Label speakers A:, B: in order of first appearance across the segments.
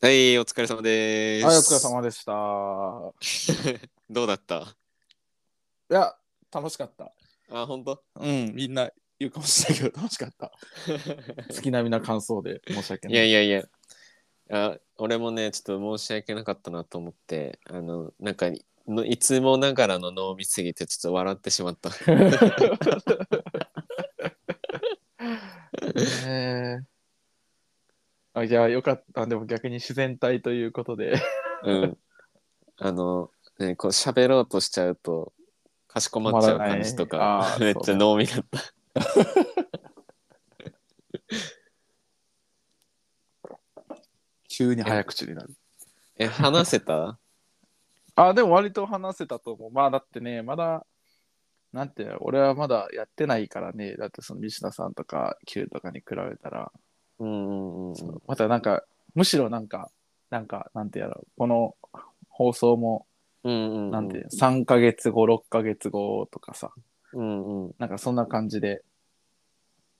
A: はい、お疲れ様です。
B: はい、お疲れ。様でした。
A: どうだった
B: いや、楽しかった。
A: あ、本当
B: うん、みんな言うかもしれないけど、楽しかった。 月並みな感想で申し訳
A: い
B: ない。
A: やいやいや。あ俺もね、ちょっと申し訳なかったなと思って、あの、なんか、のいつもながらの脳みすぎて、ちょっと笑ってしま った。
B: ねえあいや、よかった。でも逆に自然体ということで。
A: うん。あの、ね、こう、喋ろうとしちゃうと、かしこまっちゃう感じと
B: 止まらない
A: か
B: あ、ー
A: めっちゃ脳みだった。
B: 急に早口になる。
A: え、話せた
B: あ、でも割と話せたと思う。まあだってね、まだ、なんていうの、俺はまだやってないからね、だってその西田さんとか Q とかに比べたら、
A: うんうんうん
B: そ
A: うん。
B: うまたなんか、むしろなんか、なんか、なんてやろう、この放送も、
A: うんうんうん。
B: なんて、3ヶ月後、6ヶ月後とかさ、
A: うんうん。
B: なんかそんな感じで、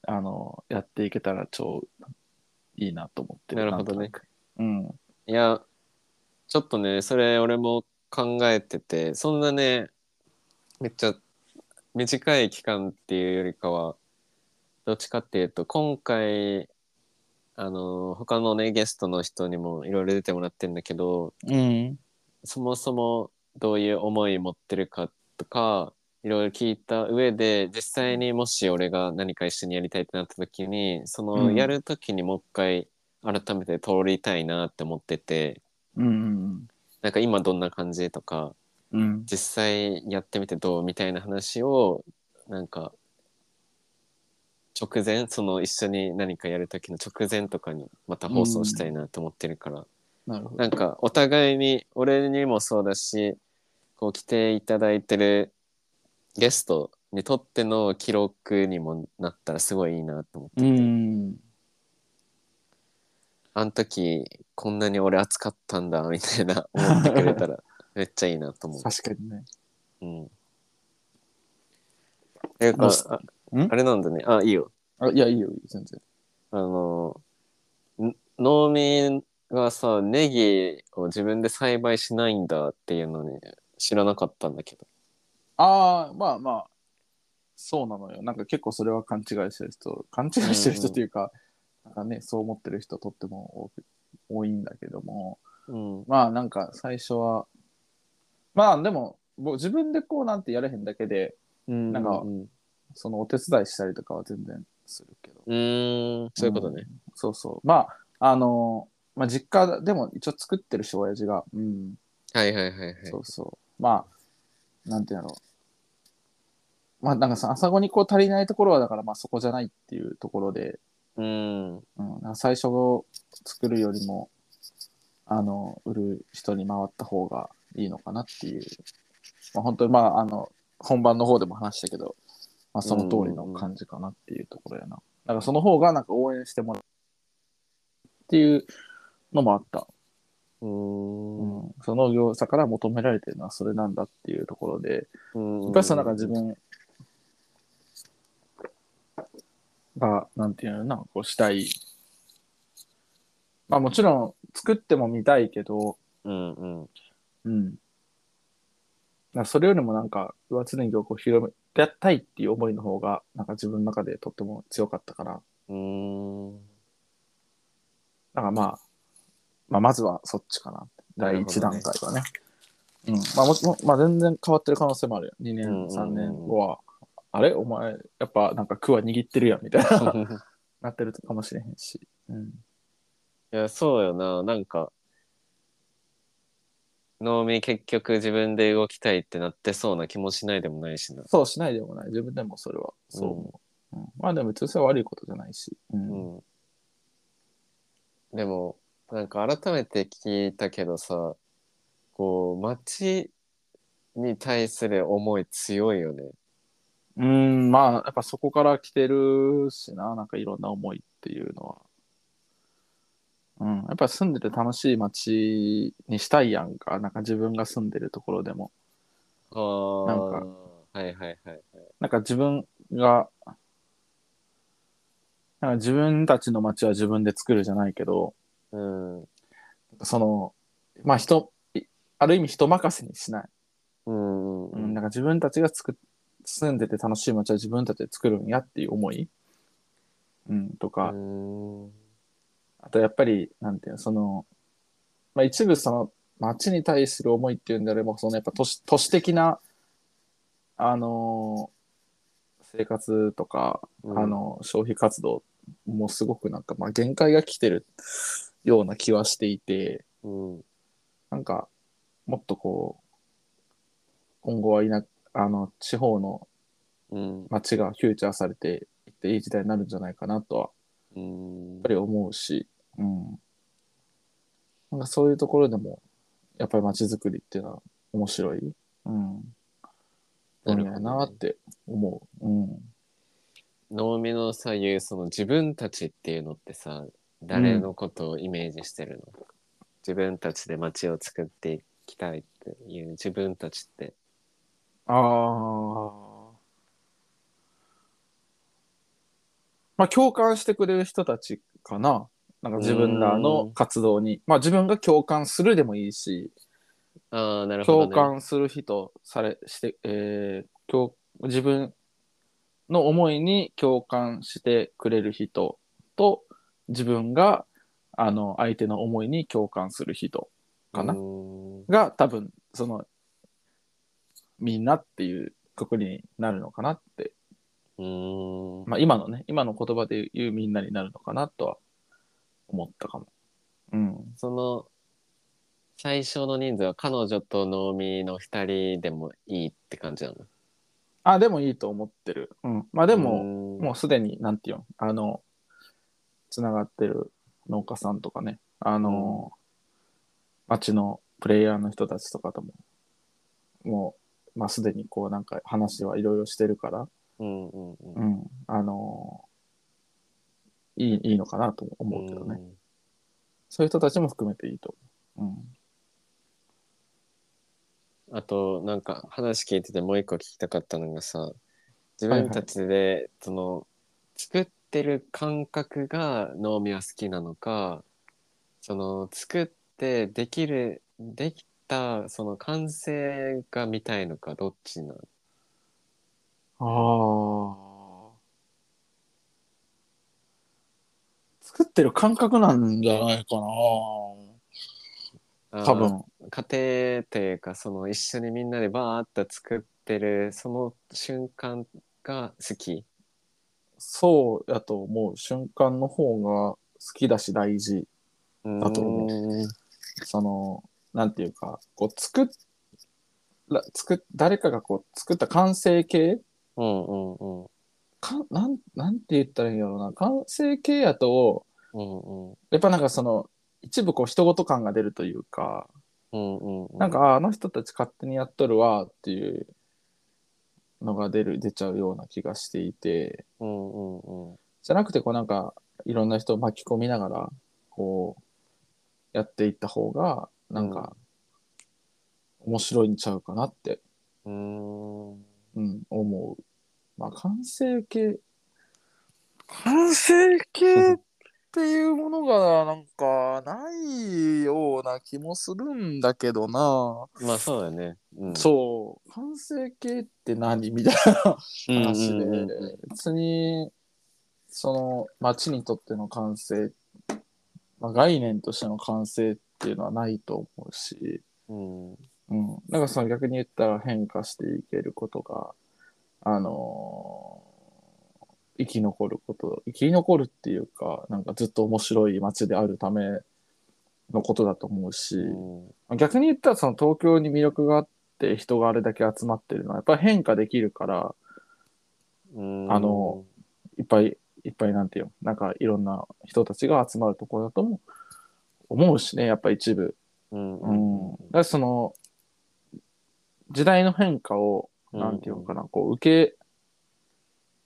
B: あの、やっていけたら超いいなと思って
A: なるほどね。
B: なんとなく
A: いや、ちょっとね、それ俺も考えてて、そんなね、めっちゃ短い期間っていうよりかは、どっちかっていうと、今回、あの、他のね、ゲストの人にもいろいろ出てもらってんだけど、
B: うん。
A: そもそもどういう思い持ってるかとか、いろいろ聞いた上で、実際にもし俺が何か一緒にやりたいってなった時に、その、
B: うん
A: やる時にもう一回改めて通りたいなって思ってて、
B: うん。うん。
A: なんか今どんな感じとか
B: うん。
A: 実際やってみてどうみたいな話をなんか直前その一緒に何かやる時の直前とかにまた放送したいなと思ってるから、
B: なるほど。
A: なんかお互いに俺にもそうだしこう来ていただいてるゲストにとっての記録にもなったらすごいいいなと思って
B: う
A: て、
B: ん。
A: あの時こんなに俺熱かったんだみたいな思ってくれたらめっちゃいいなと思う。
B: 確かにね。
A: うん。え
B: もう
A: か
B: す
A: あ
B: ん
A: あれなんだね。あ、いいよ。
B: あいや、いいよ、いいよ全然。
A: あの、ん農民がさ、ネギを自分で栽培しないんだっていうのね、知らなかったんだけど。
B: ああ、まあまあ、そうなのよ。なんか結構それは勘違いしてる人、勘違いしてる人というか、なんかね、そう思ってる人とっても多く多いんだけども、
A: うん。
B: まあなんか最初はまあでもぼ自分でこうなんてやれへんだけで
A: うん
B: なんか
A: うん。
B: そのお手伝いしたりとかは全然するけど
A: うーん、そういうことね。
B: そうそうまああのまあ実家でも一応作ってるし親父がうん
A: はいはいはいはい。
B: そうそうまあなんていうんだろうまあなんかさ朝ごにこう足りないところはだからまあそこじゃないっていうところで
A: うん。
B: うん、なんか最初を作るよりもあの売る人に回った方がいいのかなっていう、まあ、本当にまああの本番の方でも話したけど、まあ、その通りの感じかなっていうところやな、なんかその方がなんか応援してもらうっていうのもあった、
A: う
B: う
A: ーん。
B: ん、その業者から求められてるのはそれなんだっていうところで
A: うん
B: やっぱりそのなんか自分が、なんていうのかな、こうしたい。まあもちろん作っても見たいけど、
A: うんうん。
B: うん。なんかそれよりもなんか、上常にこう広めてやったいっていう思いの方が、なんか自分の中でとっても強かったから、
A: うー ん。
B: だからまあ、まあまずはそっちかな。
A: なる
B: 第
A: ほどね
B: 一段階はね。うん。まあもちろん、まあ全然変わってる可能性もあるよ。2
A: うんうんう
B: 年、
A: ん
B: 3年後は、あれお前、やっぱなんかクワ握ってるやんみた いな。なってるかもしれへんし。うん。
A: いや、そうよな。なんか、農民結局自分で動きたいってなってそうな気もしないでもないしな。
B: そうしないでもない。自分でもそれは。そう思う。うんまあでも別にそれは悪いことじゃないし。うん。
A: うん、でもなんか改めて聞いたけどさこう町に対する思い強いよね。
B: うん、まあやっぱそこから来てるしな。なんかいろんな思いっていうのは。うん。やっぱ住んでて楽しい街にしたいやんか。なんか自分が住んでるところでも。
A: あー
B: なん
A: はいはいはい。
B: なんか自分が、なんか自分たちの街は自分で作るじゃないけど、
A: うん、
B: 例その、まあ人、いある意味人任せにしない。
A: うん。
B: うん、なんか自分たちが作っ住んでて楽しい街は自分たちで作るんやっていう思い、うん、とか、
A: うん。
B: あとやっぱり、なんていうの、その、まあ、一部その街に対する思いっていうんであれば、そのやっぱ都市都市的な、あのー生活とか、
A: うん
B: あの、消費活動もすごくなんか、まあ、限界が来てるような気はしていて、
A: うん。
B: なんか、もっとこう、今後はいな、あの、地方の
A: うん。
B: 街がフューチャーされていっていい時代になるんじゃないかなとは
A: うん
B: やっぱり思うし、うん、なんかそういうところでもやっぱり街づくりっていうのは面白い、うん、分野やなって思う、うん、
A: 脳みのさいうその自分たちっていうのってさ誰のことをイメージしてるの、自分たちで街を作っていきたいっていう自分たちって
B: ああまあ共感してくれる人たちかななんか自分らの活動に、まあ自分が共感するでもいいし、
A: ああなるほど、
B: 共
A: ね、
B: 感する人されして、えー共自分の思いに共感してくれる人と自分があの相手の思いに共感する人かな、
A: うん
B: が多分そのみんなっていうくくりになるのかなって、
A: うん
B: まあ、今のね今の言葉で言うみんなになるのかなとは思ったかも。うん、
A: その最小の人数は彼女と脳みの二人でもいいって感じなの
B: あでもいいと思ってる。うん、まあでも、
A: うん
B: もうすでに、なんていうの、あの、つながってる農家さんとかね、あの、町のプレイヤーの人たちとかとも、もう、まあ、すでにこう、なんか話はいろいろしてるから、
A: うんうんうん
B: うん、あの、いい、いいのかなと思うけどね。そういう人たちも含めていいと思
A: うんあとなんか話聞いててもう一個聞きたかったのがさ自
B: はいは
A: 分
B: い
A: たちで、その作ってる感覚が脳みは好きなのかその作ってできるできたその完成が見たいのかどっちなの
B: う。ああ。作ってる感覚なんじゃないかな
A: あー
B: 多分。
A: 家庭っていうかその一緒にみんなでバーッと作ってるその瞬間が好き
B: そうやと思う瞬間の方が好きだし大事
A: だ
B: と思そのなんていうかこう作っら作っ誰かがこう作った完成形
A: うんうんうん
B: かなんなんて言ったらいいんだろうな完成形やと
A: うんうん
B: やっぱなんかその一部こう人事感が出るというか、
A: うんうんうん
B: なんかああの人たち勝手にやっとるわっていうのが出る出ちゃうような気がしていて
A: うんうんうん
B: じゃなくてこうなんかいろんな人を巻き込みながらこうやっていった方がなんか面白いんちゃうかなって、
A: うーん
B: うん、思う。まあ完成形完成形っていうものがなんかないような気もするんだけどな、
A: まあそうだね。うん、
B: そう完成形って何みたいな
A: うんうん
B: 話で、
A: うん
B: 別にその町にとっての完成、まあ、概念としての完成っていうのはないと思うし、
A: うん。
B: うん、なんかその逆に言ったら変化していけることがあのー生き残ること生き残るっていうかなんかずっと面白い町であるためのことだと思うし、
A: うん
B: 逆に言ったらその東京に魅力があって人があれだけ集まってるのはやっぱり変化できるから
A: うん
B: あの、いっぱいいっぱいなんていうのなんかいろんな人たちが集まるところだとも思うしねやっぱ一部、
A: うん
B: う
A: うんん。
B: だからその時代の変化を
A: うん
B: なんていうのかな、こう受け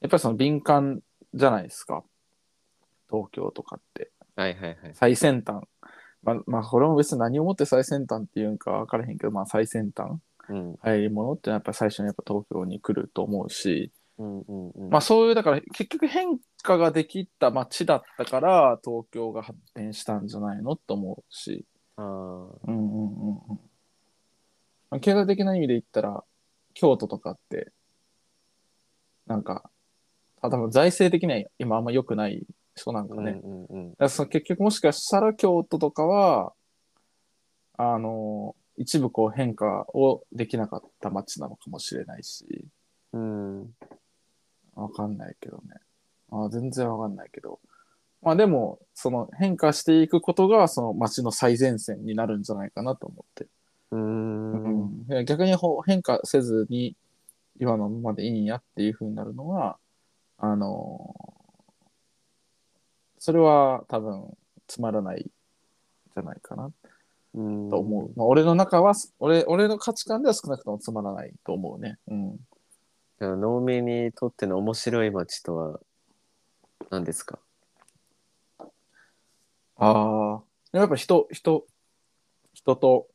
B: やっぱりその敏感じゃないですか東京とかって
A: はいはいはい。
B: 最先端まあまあこれも別に何をもって最先端っていうんか分からへんけどまあ最先端
A: うん
B: 流行りものってのはやっぱ最初にやっぱ東京に来ると思うし、
A: うんうんうん。
B: まあそういうだから結局変化ができた街だったから東京が発展したんじゃないのと思うし、
A: ああ。
B: うんうんうんうんまあ。経済的な意味で言ったら、京都とかって、なんか、あ多分財政的には今あんま良くない人なんか
A: う
B: ね。
A: ん
B: だ
A: う
B: か
A: んうん。
B: らその結局もしかしたら京都とかは、あの一部こう変化をできなかった町なのかもしれないし、
A: うん。
B: わかんないけどね。あー全然わかんないけど。まあでも、その変化していくことが、その町の最前線になるんじゃないかなと思って。
A: うーん。う
B: うん、逆にほ変化せずに今のままでいいんやっていうふうになるのはあのそれは多分つまらないじゃないかな
A: ーん。
B: と思う、まあ、俺の中は俺俺の価値観では少なくともつまらないと思うね、うん、
A: じゃあ、農民にとっての面白い街とは何ですか
B: ああやっぱ人人人と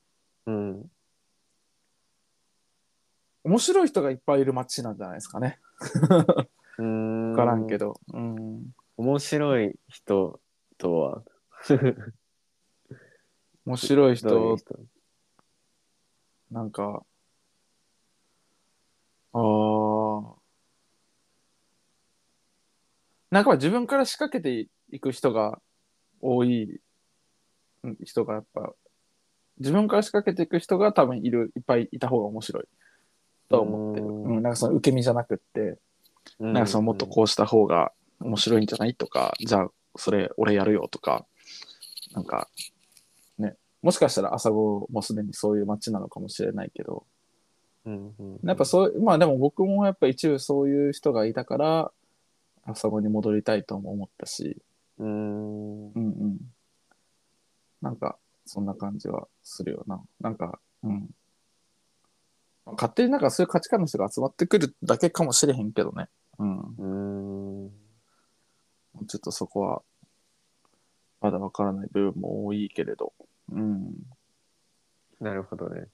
A: うん。
B: 面白い人がいっぱいいる街なんじゃないですかね
A: うーん。
B: 分からんけど、うん、
A: 面白い人とは
B: 面白い
A: どうい
B: 人
A: う人
B: なんか、ああ。なんか自分から仕掛けていく人が多いうん人がやっぱ、自分から仕掛けていく人が多分いる、いっぱいいた方が面白いと思ってる。
A: う
B: うんん,、なんかその受け身じゃなくって、
A: うん
B: なんかそのもっとこうした方が面白いんじゃないとか、じゃあそれ俺やるよとか、なんか、ね、もしかしたら朝子もすでにそういう街なのかもしれないけど、
A: うんうん
B: やっぱそういう、まあでも僕もやっぱ一部そういう人がいたから、あそこに戻りたいとも思ったし、
A: うーん。
B: うんうん。なんか、そんな感じはするよな。なんか、うん。勝手になんかそういう価値観の人が集まってくるだけかもしれへんけどね。うん。
A: うーん。
B: ちょっとそこは、まだわからない部分も多いけれど。うん。
A: なるほどね。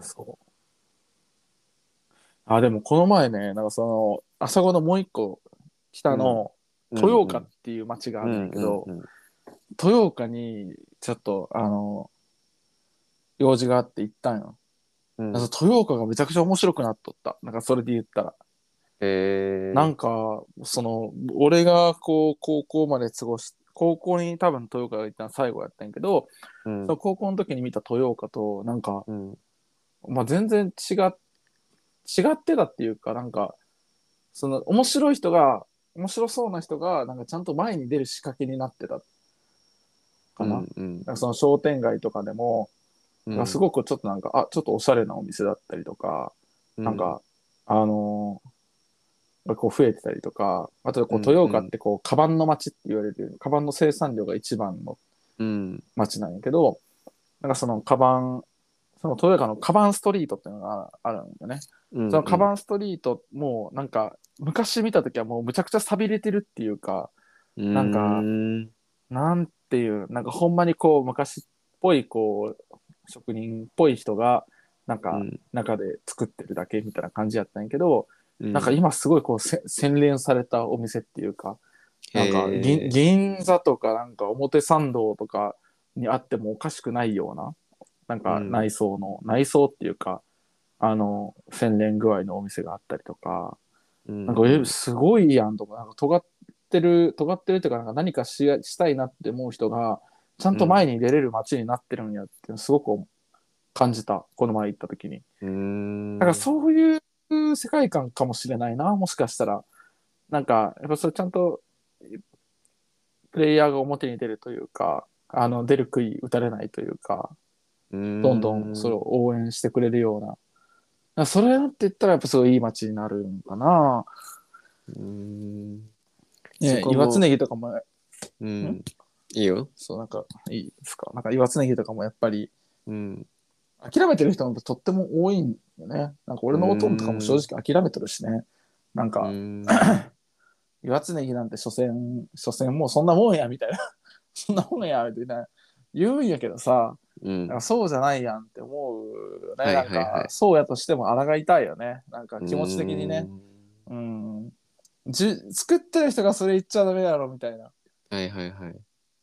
B: そう。あ、でもこの前ね、なんかその、朝子のもう一個、北の、豊岡っていう町があるんだけど、
A: うんうんうん
B: 豊岡にちょっとあの用事があって行ったんよ、
A: うん
B: なんか豊岡がめちゃくちゃ面白くなっとったなんかそれで言ったら、
A: えー、
B: なんかその俺がこう高校まで過ごし高校に多分豊岡が行ったの最後やったんやけど、
A: うん
B: その高校の時に見た豊岡となんか、
A: うん
B: まあ、全然違っ違ってたっていうかなんかその面白い人が面白そうな人がなんかちゃんと前に出る仕掛けになってたかな、
A: うんうん
B: なんかその商店街とかでも、
A: うん
B: すごくちょっとなんか、あ、ちょっとおしゃれなお店だったりとか、なんか、あのーこう増えてたりとか、あとこう
A: うん
B: 豊岡ってこう、カバンの街って言われてる、カバンの生産量が一番の
A: うん、
B: 街なんやけど、なんかそのカバン、その豊岡のカバンストリートっていうのがあるんだよね。
A: うんうん、
B: そのカバンストリート、もうなんか、昔見た時はもうむちゃくちゃ寂れてるっていうか、
A: ン
B: なんか
A: うん
B: なんていう、なんかほんまにこう昔っぽいこう職人っぽい人がなんか中で作ってるだけみたいな感じやったんやけど、
A: うん、
B: なんか今すごいこうせ洗練されたお店っていうか、なんか
A: へー
B: 銀銀座とかなんか表参道とかにあってもおかしくないような、なんか
A: うん
B: 内装の、内装っていうか、あの、洗練具合のお店があったりとか、
A: うん
B: なんか、え、すごいやんとか、なんか尖ってる、尖ってるというか、なんか何かしやしたいなって思う人が、ちゃんと前に出れる街になってるんやって、すごく感じた、この前行った時に。
A: うん、
B: だからそういう世界観かもしれないな、もしかしたら。なんか、やっぱそれちゃんと、プレイヤーが表に出るというか、あの、出る杭打たれないというか、
A: うん、
B: どんどんそれを応援してくれるような。だからそれって言ったら、やっぱすごいいい街になるんかな。
A: うん、
B: ね
A: そこも
B: 岩つねぎとかも
A: うん、いいよ、
B: そう、なんか、いいですか。なんか、岩つねぎとかもやっぱり、
A: うん、
B: 諦めてる人もとっても多いんよね。なんか、俺のおとんとかも正直諦めてるしね。なん
A: う
B: か、
A: ん、
B: 岩つねぎなんて、所詮、所詮もうそんなもんや、みたいな。 そんなもんや、みたいな。言うんやけどさ、
A: うん
B: なんかそうじゃないやんって思うよね。
A: はい
B: な
A: は
B: ん
A: いはい
B: か、そうやとしても抗いたいよね。なんか、気持ち的にね。、うん。じゅ作ってる人がそれ言っちゃダメだろ、みたいな。
A: うん、はいはいはい、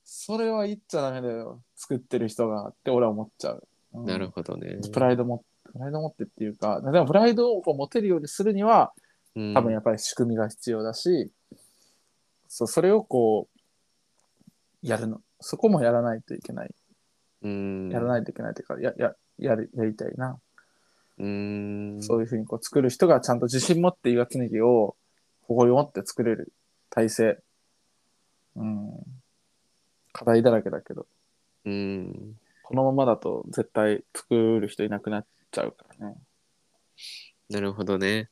B: それは言っちゃダメだよ。作ってる人がって俺は思っちゃう。うん
A: なるほどね。
B: プライドも、プライド持ってっていうか、でもプライドをこう持てるようにするには、
A: うん
B: 多分やっぱり仕組みが必要だし、そうそれをこう、やるの。そこもやらないといけない。
A: うん
B: やらないといけないというか、や、や、やる、やりたいな。
A: うん。
B: そういうふうにこう作る人がちゃんと自信持って岩ねぎを誇りを持って作れる体制。うん。課題だらけだけど、
A: うん。
B: このままだと絶対作る人いなくなっちゃうからね。
A: なるほどね。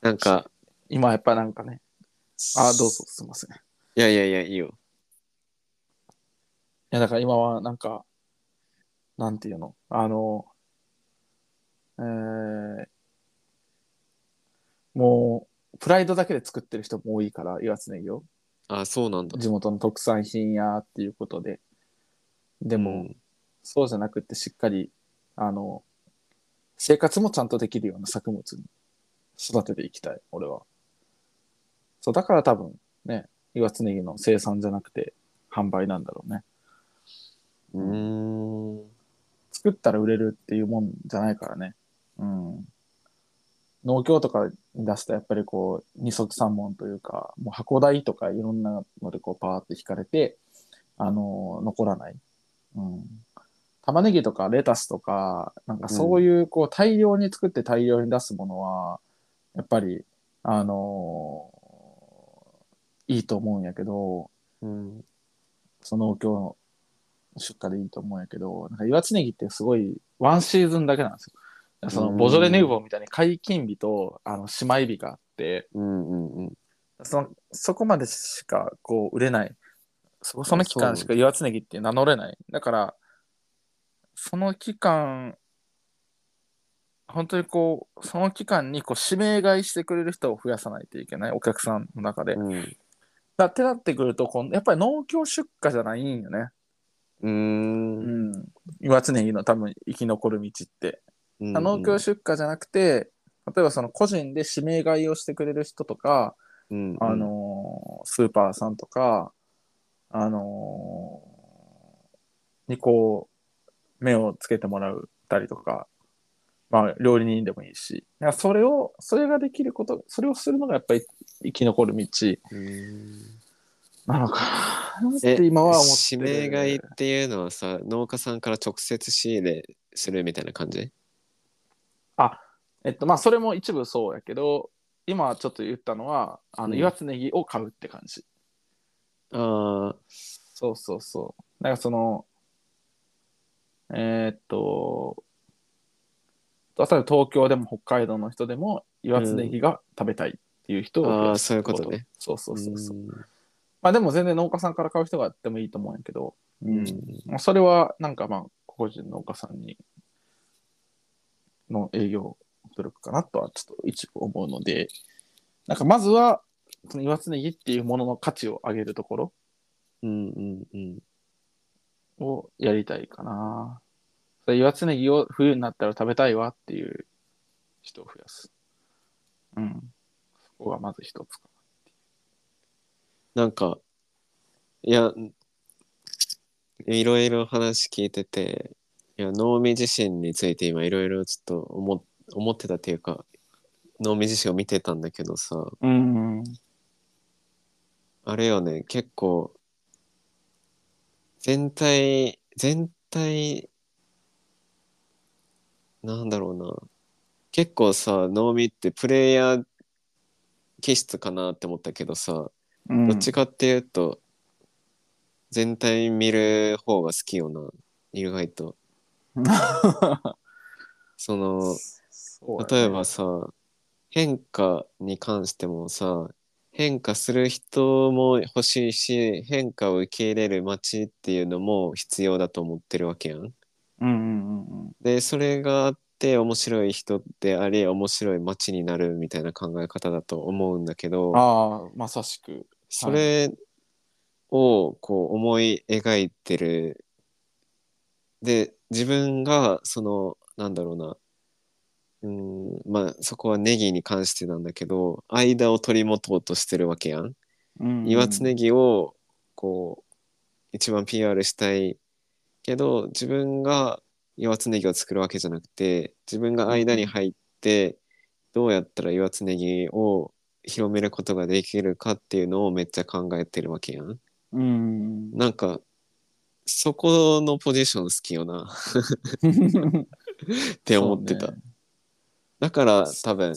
A: なんか、
B: 今やっぱなんかね、あ、どうぞ。すいません。い
A: いやいやいや、いいよ。
B: やだから今はなんか、なんていうのあの、えー、もう、プライドだけで作ってる人も多いから、岩つねぎを。
A: あ、そうなんだ。
B: 地元の特産品やっていうことで。でも、
A: うん
B: そうじゃなくてしっかり、あの、生活もちゃんとできるような作物に育てていきたい、俺は。そう、だから多分ね、岩津ネギの生産じゃなくて販売なんだろうね。
A: うーん。
B: 作ったら売れるっていうもんじゃないからね。うん。農協とかに出すとやっぱりこう、二足三門というか、もう箱代とかいろんなのでこうパーって引かれて、あのー残らない。うん。玉ねぎとかレタスとか、なんかそういうこう大量に作って大量に出すものは、やっぱり、あのーいいと思うんやけど、
A: うん。
B: その農協の出荷でいいと思うんやけど、なんか岩津ネギってすごいワンシーズンだけなんですよ。そのボジョレ・ヌーボーみたいに解禁日とあの姉妹日があって、
A: うんうんうん。
B: そのそこまでしかこう売れない。そその期間しか岩津ネギって名乗れない。だから、その期間、本当にこう、その期間にこう指名買いしてくれる人を増やさないといけない、お客さんの中で。
A: うん
B: だってなってくると、こうやっぱり農協出荷じゃないんよね。
A: うーん。
B: うん、岩常の多分生き残る道って、
A: うん
B: 農協出荷じゃなくて例えばその個人で指名買いをしてくれる人とか、
A: うん
B: あ、のースーパーさんとか、あのーにこう目をつけてもらうたりとか、まあ、料理人でもいいしだからそれをそれができることそれをするのがやっぱり生き残る道
A: うん
B: なのかなっ
A: え
B: て 今は思って
A: 指
B: る
A: 名買いっていうのはさ、農家さんから直接仕入れするみたいな感じ
B: えっとまあそれも一部そうやけど今ちょっと言ったのはあ
A: う
B: の
A: ん
B: 岩津ネギを買うって感じ、
A: ああ、
B: そうそうそうなんかそのえーっと例えば東京でも北海道の人でも岩津ネギが食べたいっていう人を
A: ああ
B: 増やす
A: そういうことね
B: そうそうそうそう、
A: うん
B: まあでも全然農家さんから買う人があってもいいと思うんやけど、う
A: うん
B: んまあそれはなんかまあ個人の農家さんにの営業努力かなとはちょっと一部思うのでなんかまずはその岩津ネギっていうものの価値を上げるところ
A: うんうんうん
B: をやりたいかなそれ岩津ネギを冬になったら食べたいわっていう人を増やすうんそこがまず一つか
A: なんか、いや、いろいろ話聞いてて、いや、脳み自身について今いろいろちょっと思っ思ってたっていうか、脳み自身を見てたんだけどさ、
B: うん
A: あれよね、結構、全体、全体、なんだろうな。結構さ、脳みってプレイヤー気質かなって思ったけどさ、
B: うん
A: どっちかっていうと、全体見る方が好きよな、意外と。その、例えばさ変化に関してもさ変化する人も欲しいし変化を受け入れる街っていうのも必要だと思ってるわけやん。
B: うんうんうんうん
A: でそれがあって面白い人であり面白い街になるみたいな考え方だと思うんだけど
B: ああまさしく
A: それをこう思い描いてるで自分がそのなんだろうなうんまあそこはネギに関してなんだけど間を取り持とうとしてるわけやん。
B: うんうん
A: 岩津ネギをこう一番 PR したいけど自分が岩つねぎを作るわけじゃなくて自分が間に入ってどうやったら岩つねぎを広めることができるかっていうのをめっちゃ考えてるわけやん。
B: うん。
A: なんかそこのポジション好きよな って思ってた。
B: そうね
A: だから多分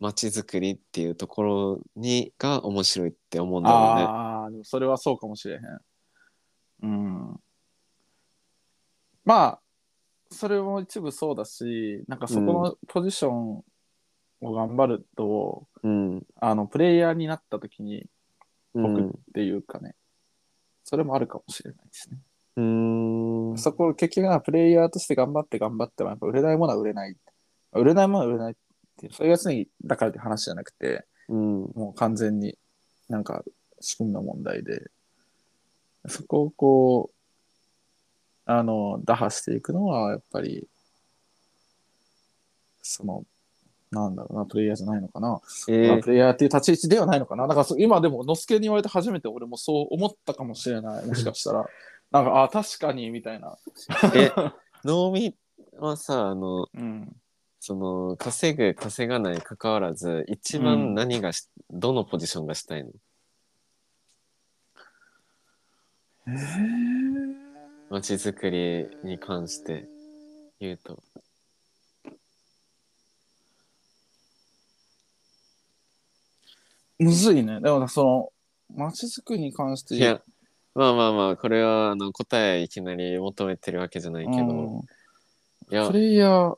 A: 街づくりっていうところにが面白いって思うんだろうね。
B: ああ、でもそれはそうかもしれへん。うん。まあ、それも一部そうだし、なんかそこのポジションを頑張ると、
A: うん、
B: あの、プレイヤーになった時に、
A: う
B: 僕っ
A: ん
B: ていうかね、それもあるかもしれないですね。
A: うーん
B: そこ、結局はプレイヤーとして頑張って頑張っても、やっぱ売れないものは売れない。売れないものは売れないっていう、それが常にだからって話じゃなくて、
A: うん
B: もう完全になんか仕組みの問題で、そこをこう、あの、打破していくのは、やっぱり、その、なんだろうな、プレイヤーじゃないのかな。
A: え
B: まあ
A: ー
B: プレイヤーっていう立ち位置ではないのかな。なんかそう今でも、のすけに言われて初めて俺もそう思ったかもし れない。もしかしたら。なんか、あ、確かに、みたいな。
A: え農民はさあの
B: うん。
A: その稼ぐ稼がない関わらず一番何がし、どのポジションがしたいの
B: え
A: 街づくりに関して言うと。
B: むずいね。でも、その、街づくりに関して
A: い
B: 言う
A: やまあまあまあこれはあの答えいきなり求めてるわけじゃないけど、い
B: うん、
A: や
B: プレイヤー、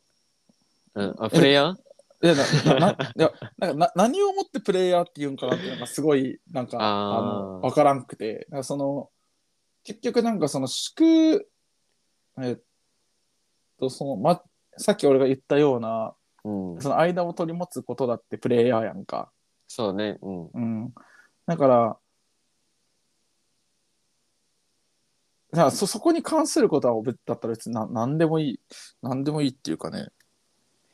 A: うんあプレイヤー
B: いや、な、な、いや、なんか、な、 何をもってプレイヤーって言うんかなって、なんかすごい、なんか、
A: あー
B: あの、わからんくて、なんかその、結局なんかその宿、えっと、その、ま、さっき俺が言ったような、
A: うん
B: その間を取り持つことだってプレイヤーやんか。
A: そうねうん
B: うん。だから、だからそ、そこに関することは別だったら別にな何でもいい、何でもいいっていうかね、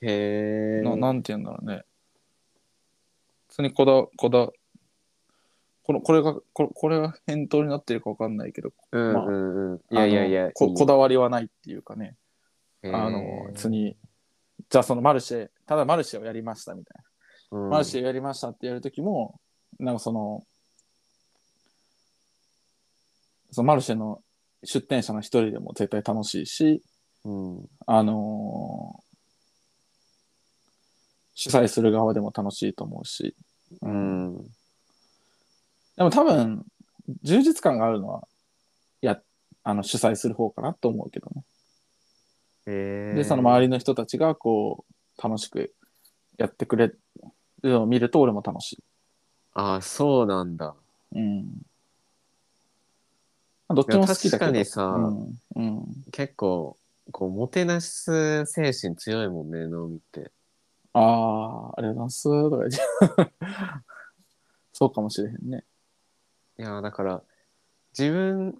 A: へえ
B: ななんて言うんだろうね。普通にこだ、こだ、このこれがこれ、これが返答になってるかわかんないけど、
A: うん
B: まあ
A: うんうんいやいやい
B: あ
A: や
B: のこ、こ
A: だ
B: だわりはないっていうかね、
A: あ
B: あの、別に、じゃあそのマルシェ、ただマルシェをやりましたみたいな。マルシェやりましたってやるときも、なんかその、そのマルシェの出店者の一人でも絶対楽しいし、
A: うん
B: あのー主催する側でも楽しいと思うし、
A: う
B: うん
A: ん
B: でも多分、充実感があるのは、や、あの、主催する方かなと思うけどね。
A: へえ
B: で、その周りの人たちが、こう、楽しくやってくれるのを見ると、俺も楽しい。
A: ああそうなんだ
B: うん。どっちも好きだけ
A: い
B: ど。
A: や確かにさ
B: うん。うん。
A: 結構こうもてなす精神強いもんね脳みって
B: ああ、ありがとうございます。とか言って。 そうかもしれへんね。
A: いやだから自分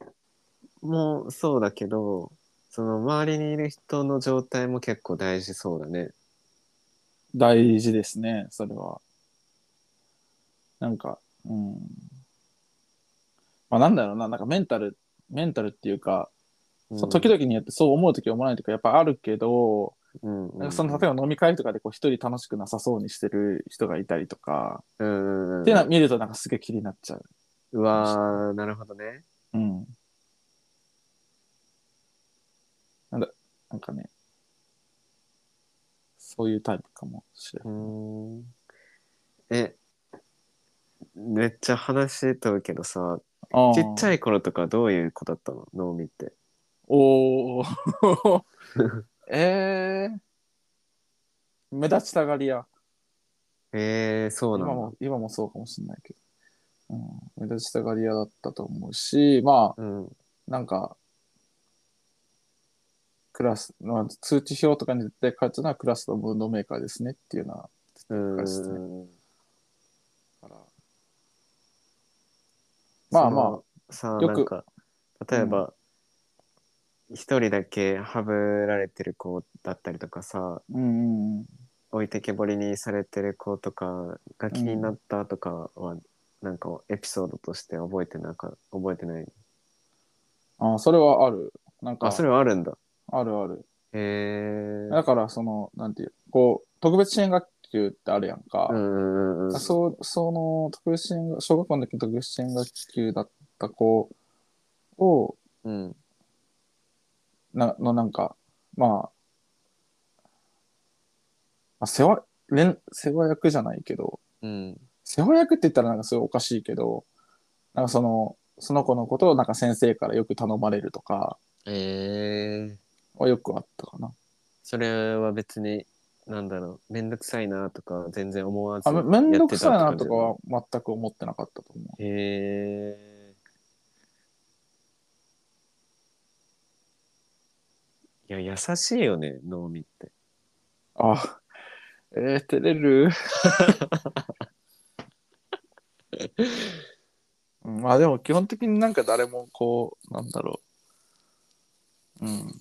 A: もそうだけどその周りにいる人の状態も結構大事そうだね
B: 大事ですね、それは。なんか、うん。まあなんだろうな、なんかメンタル、メンタルっていうか、
A: うん
B: その時々によってそう思う時思わない時はやっぱあるけど、
A: うんうん
B: なんかその例えば飲み会とかでこう一人楽しくなさそうにしてる人がいたりとか、
A: うんうんうん
B: っていうのは見るとなんかすげえ気になっちゃう。
A: うわーなるほどね
B: うん。なんだ、なんかね、そういうタイプかもしれ
A: う
B: ない。
A: ーんえめっちゃ話飛ぶけどさちっちゃ
B: い。
A: い頃とかどういう子だったの脳みって
B: おー。えー。目立ちたがりや。
A: えー、そう
B: 今
A: なんだ
B: も、今もそうかもしれないけど。うん、目立ちたがり屋だったと思うし、ま
A: うん
B: あ、なんか、クラス、まあ、通知表とかに絶対書いてたのはクラスのムードメーカーですねっていうのは、
A: うん
B: かしてね
A: うん
B: からまあまあ、
A: あさあ
B: よく
A: なんか例えば一、人だけハブられてる子だったりとかさ
B: うんうんうん。
A: 置いてけぼりにされてる子とかが気になったとかは、なんかエピソードとして覚えてなか覚えてない
B: ああ、それはある。なんか、
A: あ、それはあるんだ。
B: あるある。
A: へえ。
B: だから、その、なんていう、こう、特別支援学級ってあるやんか。
A: うんうんうんうん。
B: そう、その、特別支援が、小学校の時の特別支援学級だった子を、
A: うん。
B: な、のなんか、まあ、まあ、世話、連、世話役じゃないけど、
A: うん。
B: 世話役って言ったらなんかすごいおかしいけど、なんかその、その子のことをなんか先生からよく頼まれるとか
A: ええ。
B: はよくあったかな。
A: それは別に、なんだろう、めんどくさいなとか、全然思わず
B: あ、めめんどくさい
A: や
B: な
A: ってた
B: と
A: って
B: か
A: 感
B: は全く思ってなかったと思う。
A: じ。へえ。いや、優しいよね、脳みって。
B: あ、えー、照れる。 うん、まあでも基本的になんか誰もこう、なんだろう。うん。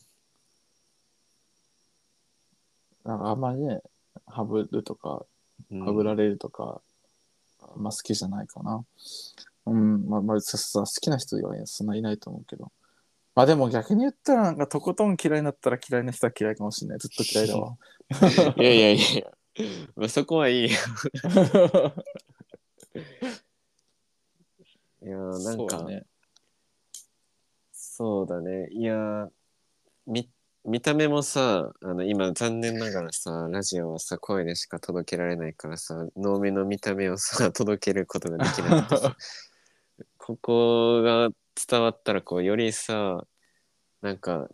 B: なんかあんまりね、ハブるとか、
A: うん
B: ハブられるとか、あんま好きじゃないかな。うん、まあ、まあ、ささ好きな人はそんないないと思うけど。まあでも逆に言ったら、なんかとことん嫌いになったら嫌いな人は嫌いかもしれない。ずっと嫌いだわ。
A: いやいやいやいや、まあ、そこはいいよ。いやーなんか
B: そうね。
A: そうだね。いやーみ見た目もさあの今残念ながらさラジオはさ声でしか届けられないからさ脳目の見た目をさ 届けることができなくてさここが伝わったらこうよりさなんか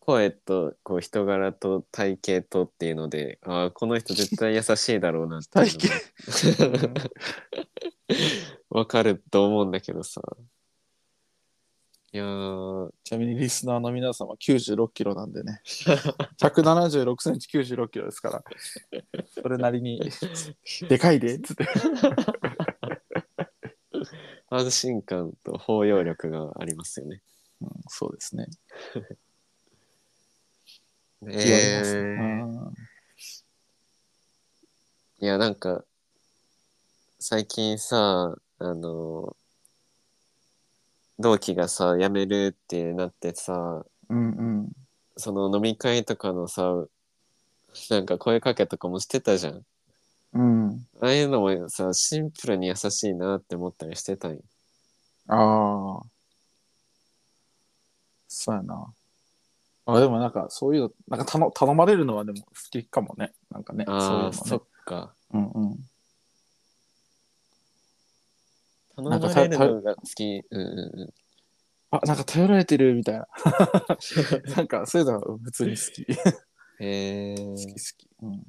A: 声とこう人柄と体型とっていうのでああこの人絶対優しいだろうなっていうのが わかると思うんだけどさいやー
B: ちなみにリスナーの皆様96キロなんでね。176センチ96キロで すから。それなりに、でかいでっつって。
A: 安心感と包容力がありますよね。
B: うん、そうですね。言われ
A: え
B: ますね
A: ー、いやなんか最近さあの同期がさ辞めるってなってさ
B: うんうん
A: その飲み会とかのさなんか声かけとかもしてたじゃん。
B: うん。うん。
A: ああいうのもさシンプルに優しいなって思ったりしてたんよ
B: ああ。そうやな。あでもなんかそういうの、なんか頼頼まれるのはでも好きかもね。なんかね。
A: ああ
B: そ
A: そう
B: いう
A: っか。
B: うのね。うん
A: 頼
B: うん。なんか
A: まれるのが好き。うんうんうん。
B: あ、なんか頼られてるみたいな。 なんかそういうのは普通に好き。好
A: へえー。
B: き好き。うん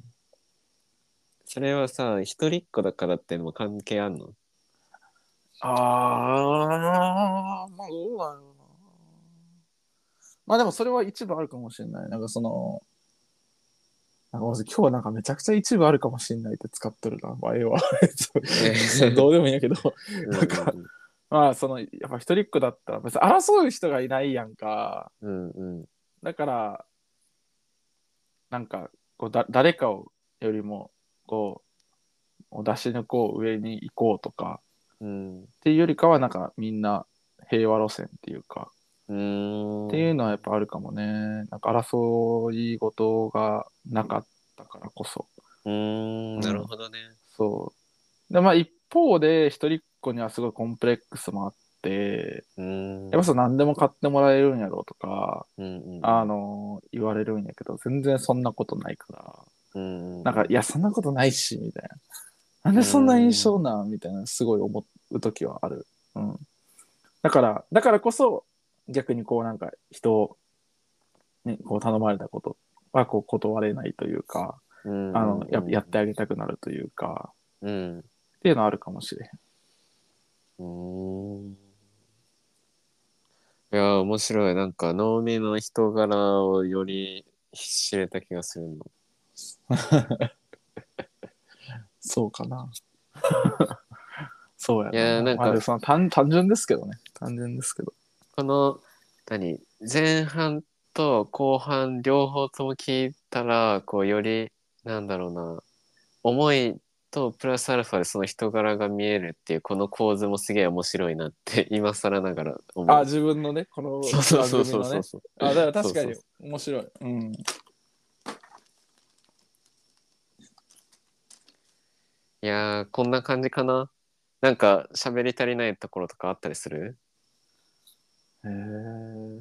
A: それはさ一人っ子だからってのも関係あんの
B: ああ、まあどうだろうな。まあでもそれは一部あるかもしれない。なんかその、なんかまず今日はなんかめちゃくちゃ一部あるかもしれないって使っとるな、場合は。 どうでもいいんやけど。なんかまあその、やっぱ一人っ子だったら、別に争う人がいないやんか。
A: うんうん
B: だから、なんかこうだ、誰かをよりも、こう、お出し抜こう、上に行こうとか、
A: うん
B: っていうよりかはなんかみんな平和路線っていうか、
A: うん
B: っていうのはやっぱあるかもねなんか争い事がなかったからこそ
A: うんなるほどね
B: そうでまあ一方で一人っ子にはすごいコンプレックスもあって
A: うん
B: やっぱそう何でも買ってもらえるんやろうとか、
A: うんうん
B: あの言われるんやけど全然そんなことないか
A: うん
B: らなんかいやそんなことないしみたいななんでそんな印象なんみたいなすごい思う時はある、うん、だからだからこそ逆にこうなんか人を、ね、こう頼まれたことはこう断れないというか
A: うんうん
B: あのややってあげたくなるというか
A: うん
B: っていうのはあるかもしれへん
A: うんいやー面白いなんか農民の人柄をより知れた気がするの
B: そうかな そうや
A: いやなんか
B: まあでもその単単純ですけどね単純ですけど
A: この何前半と後半両方とも聞いたらこうよりなんだろうな思いとプラスアルファでその人柄が見えるっていうこの構図もすげえ面白いなって 今更ながら思う
B: あ自分のねこの番組
A: そう
B: のね
A: そうそうそうそうそう
B: あだから確かに
A: そう
B: 面白いうん
A: いやーこんな感じかななんか喋り足りないところとかあったりする
B: へえ。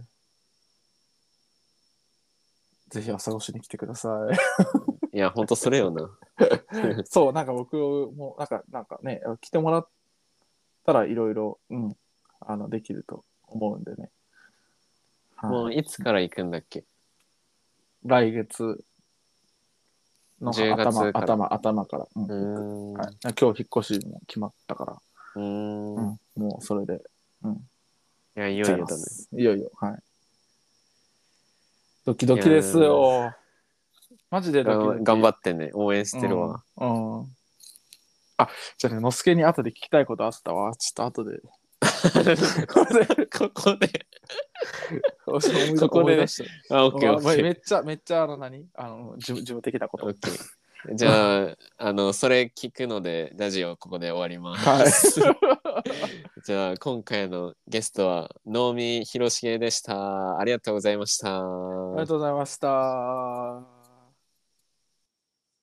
B: ぜひ朝越しに来てください。
A: いやほんとそれよな
B: そう、なんか僕も、なんか、なんかね、来てもらったらいろいろ、うん、あの、できると思うんでね。
A: も
B: は
A: う
B: い、
A: いつから行くんだっけ
B: 来月の
A: 10月
B: 頭、
A: から
B: 頭、頭から。う
A: うーん
B: んはい、今日引っ越しも決まったから、
A: うー
B: うんんもうそれで、うん、
A: いやい
B: い
A: よいよだね
B: いよいよ、はい。ドキドキですよ。マジでドキド
A: が
B: キ。
A: 頑張ってね応援してるわ、
B: うん。うんあ、じゃあね、のすけに後で聞きたいことあったわ。ちょっと 後で。
A: これここで
B: こで
A: ここでね
B: した。
A: あオッケー
B: あ
A: オッ
B: まあ
A: ケ
B: め
A: ー
B: っちゃ、めっちゃ、あの何、あの、事務事務的なこ
A: オ
B: と
A: ッ。ケーじゃああのそれ聞くのでラジオここで終わります、
B: はい。
A: じゃあ今回のゲストは能見広重でしたありがとうございました
B: ありがとうございました。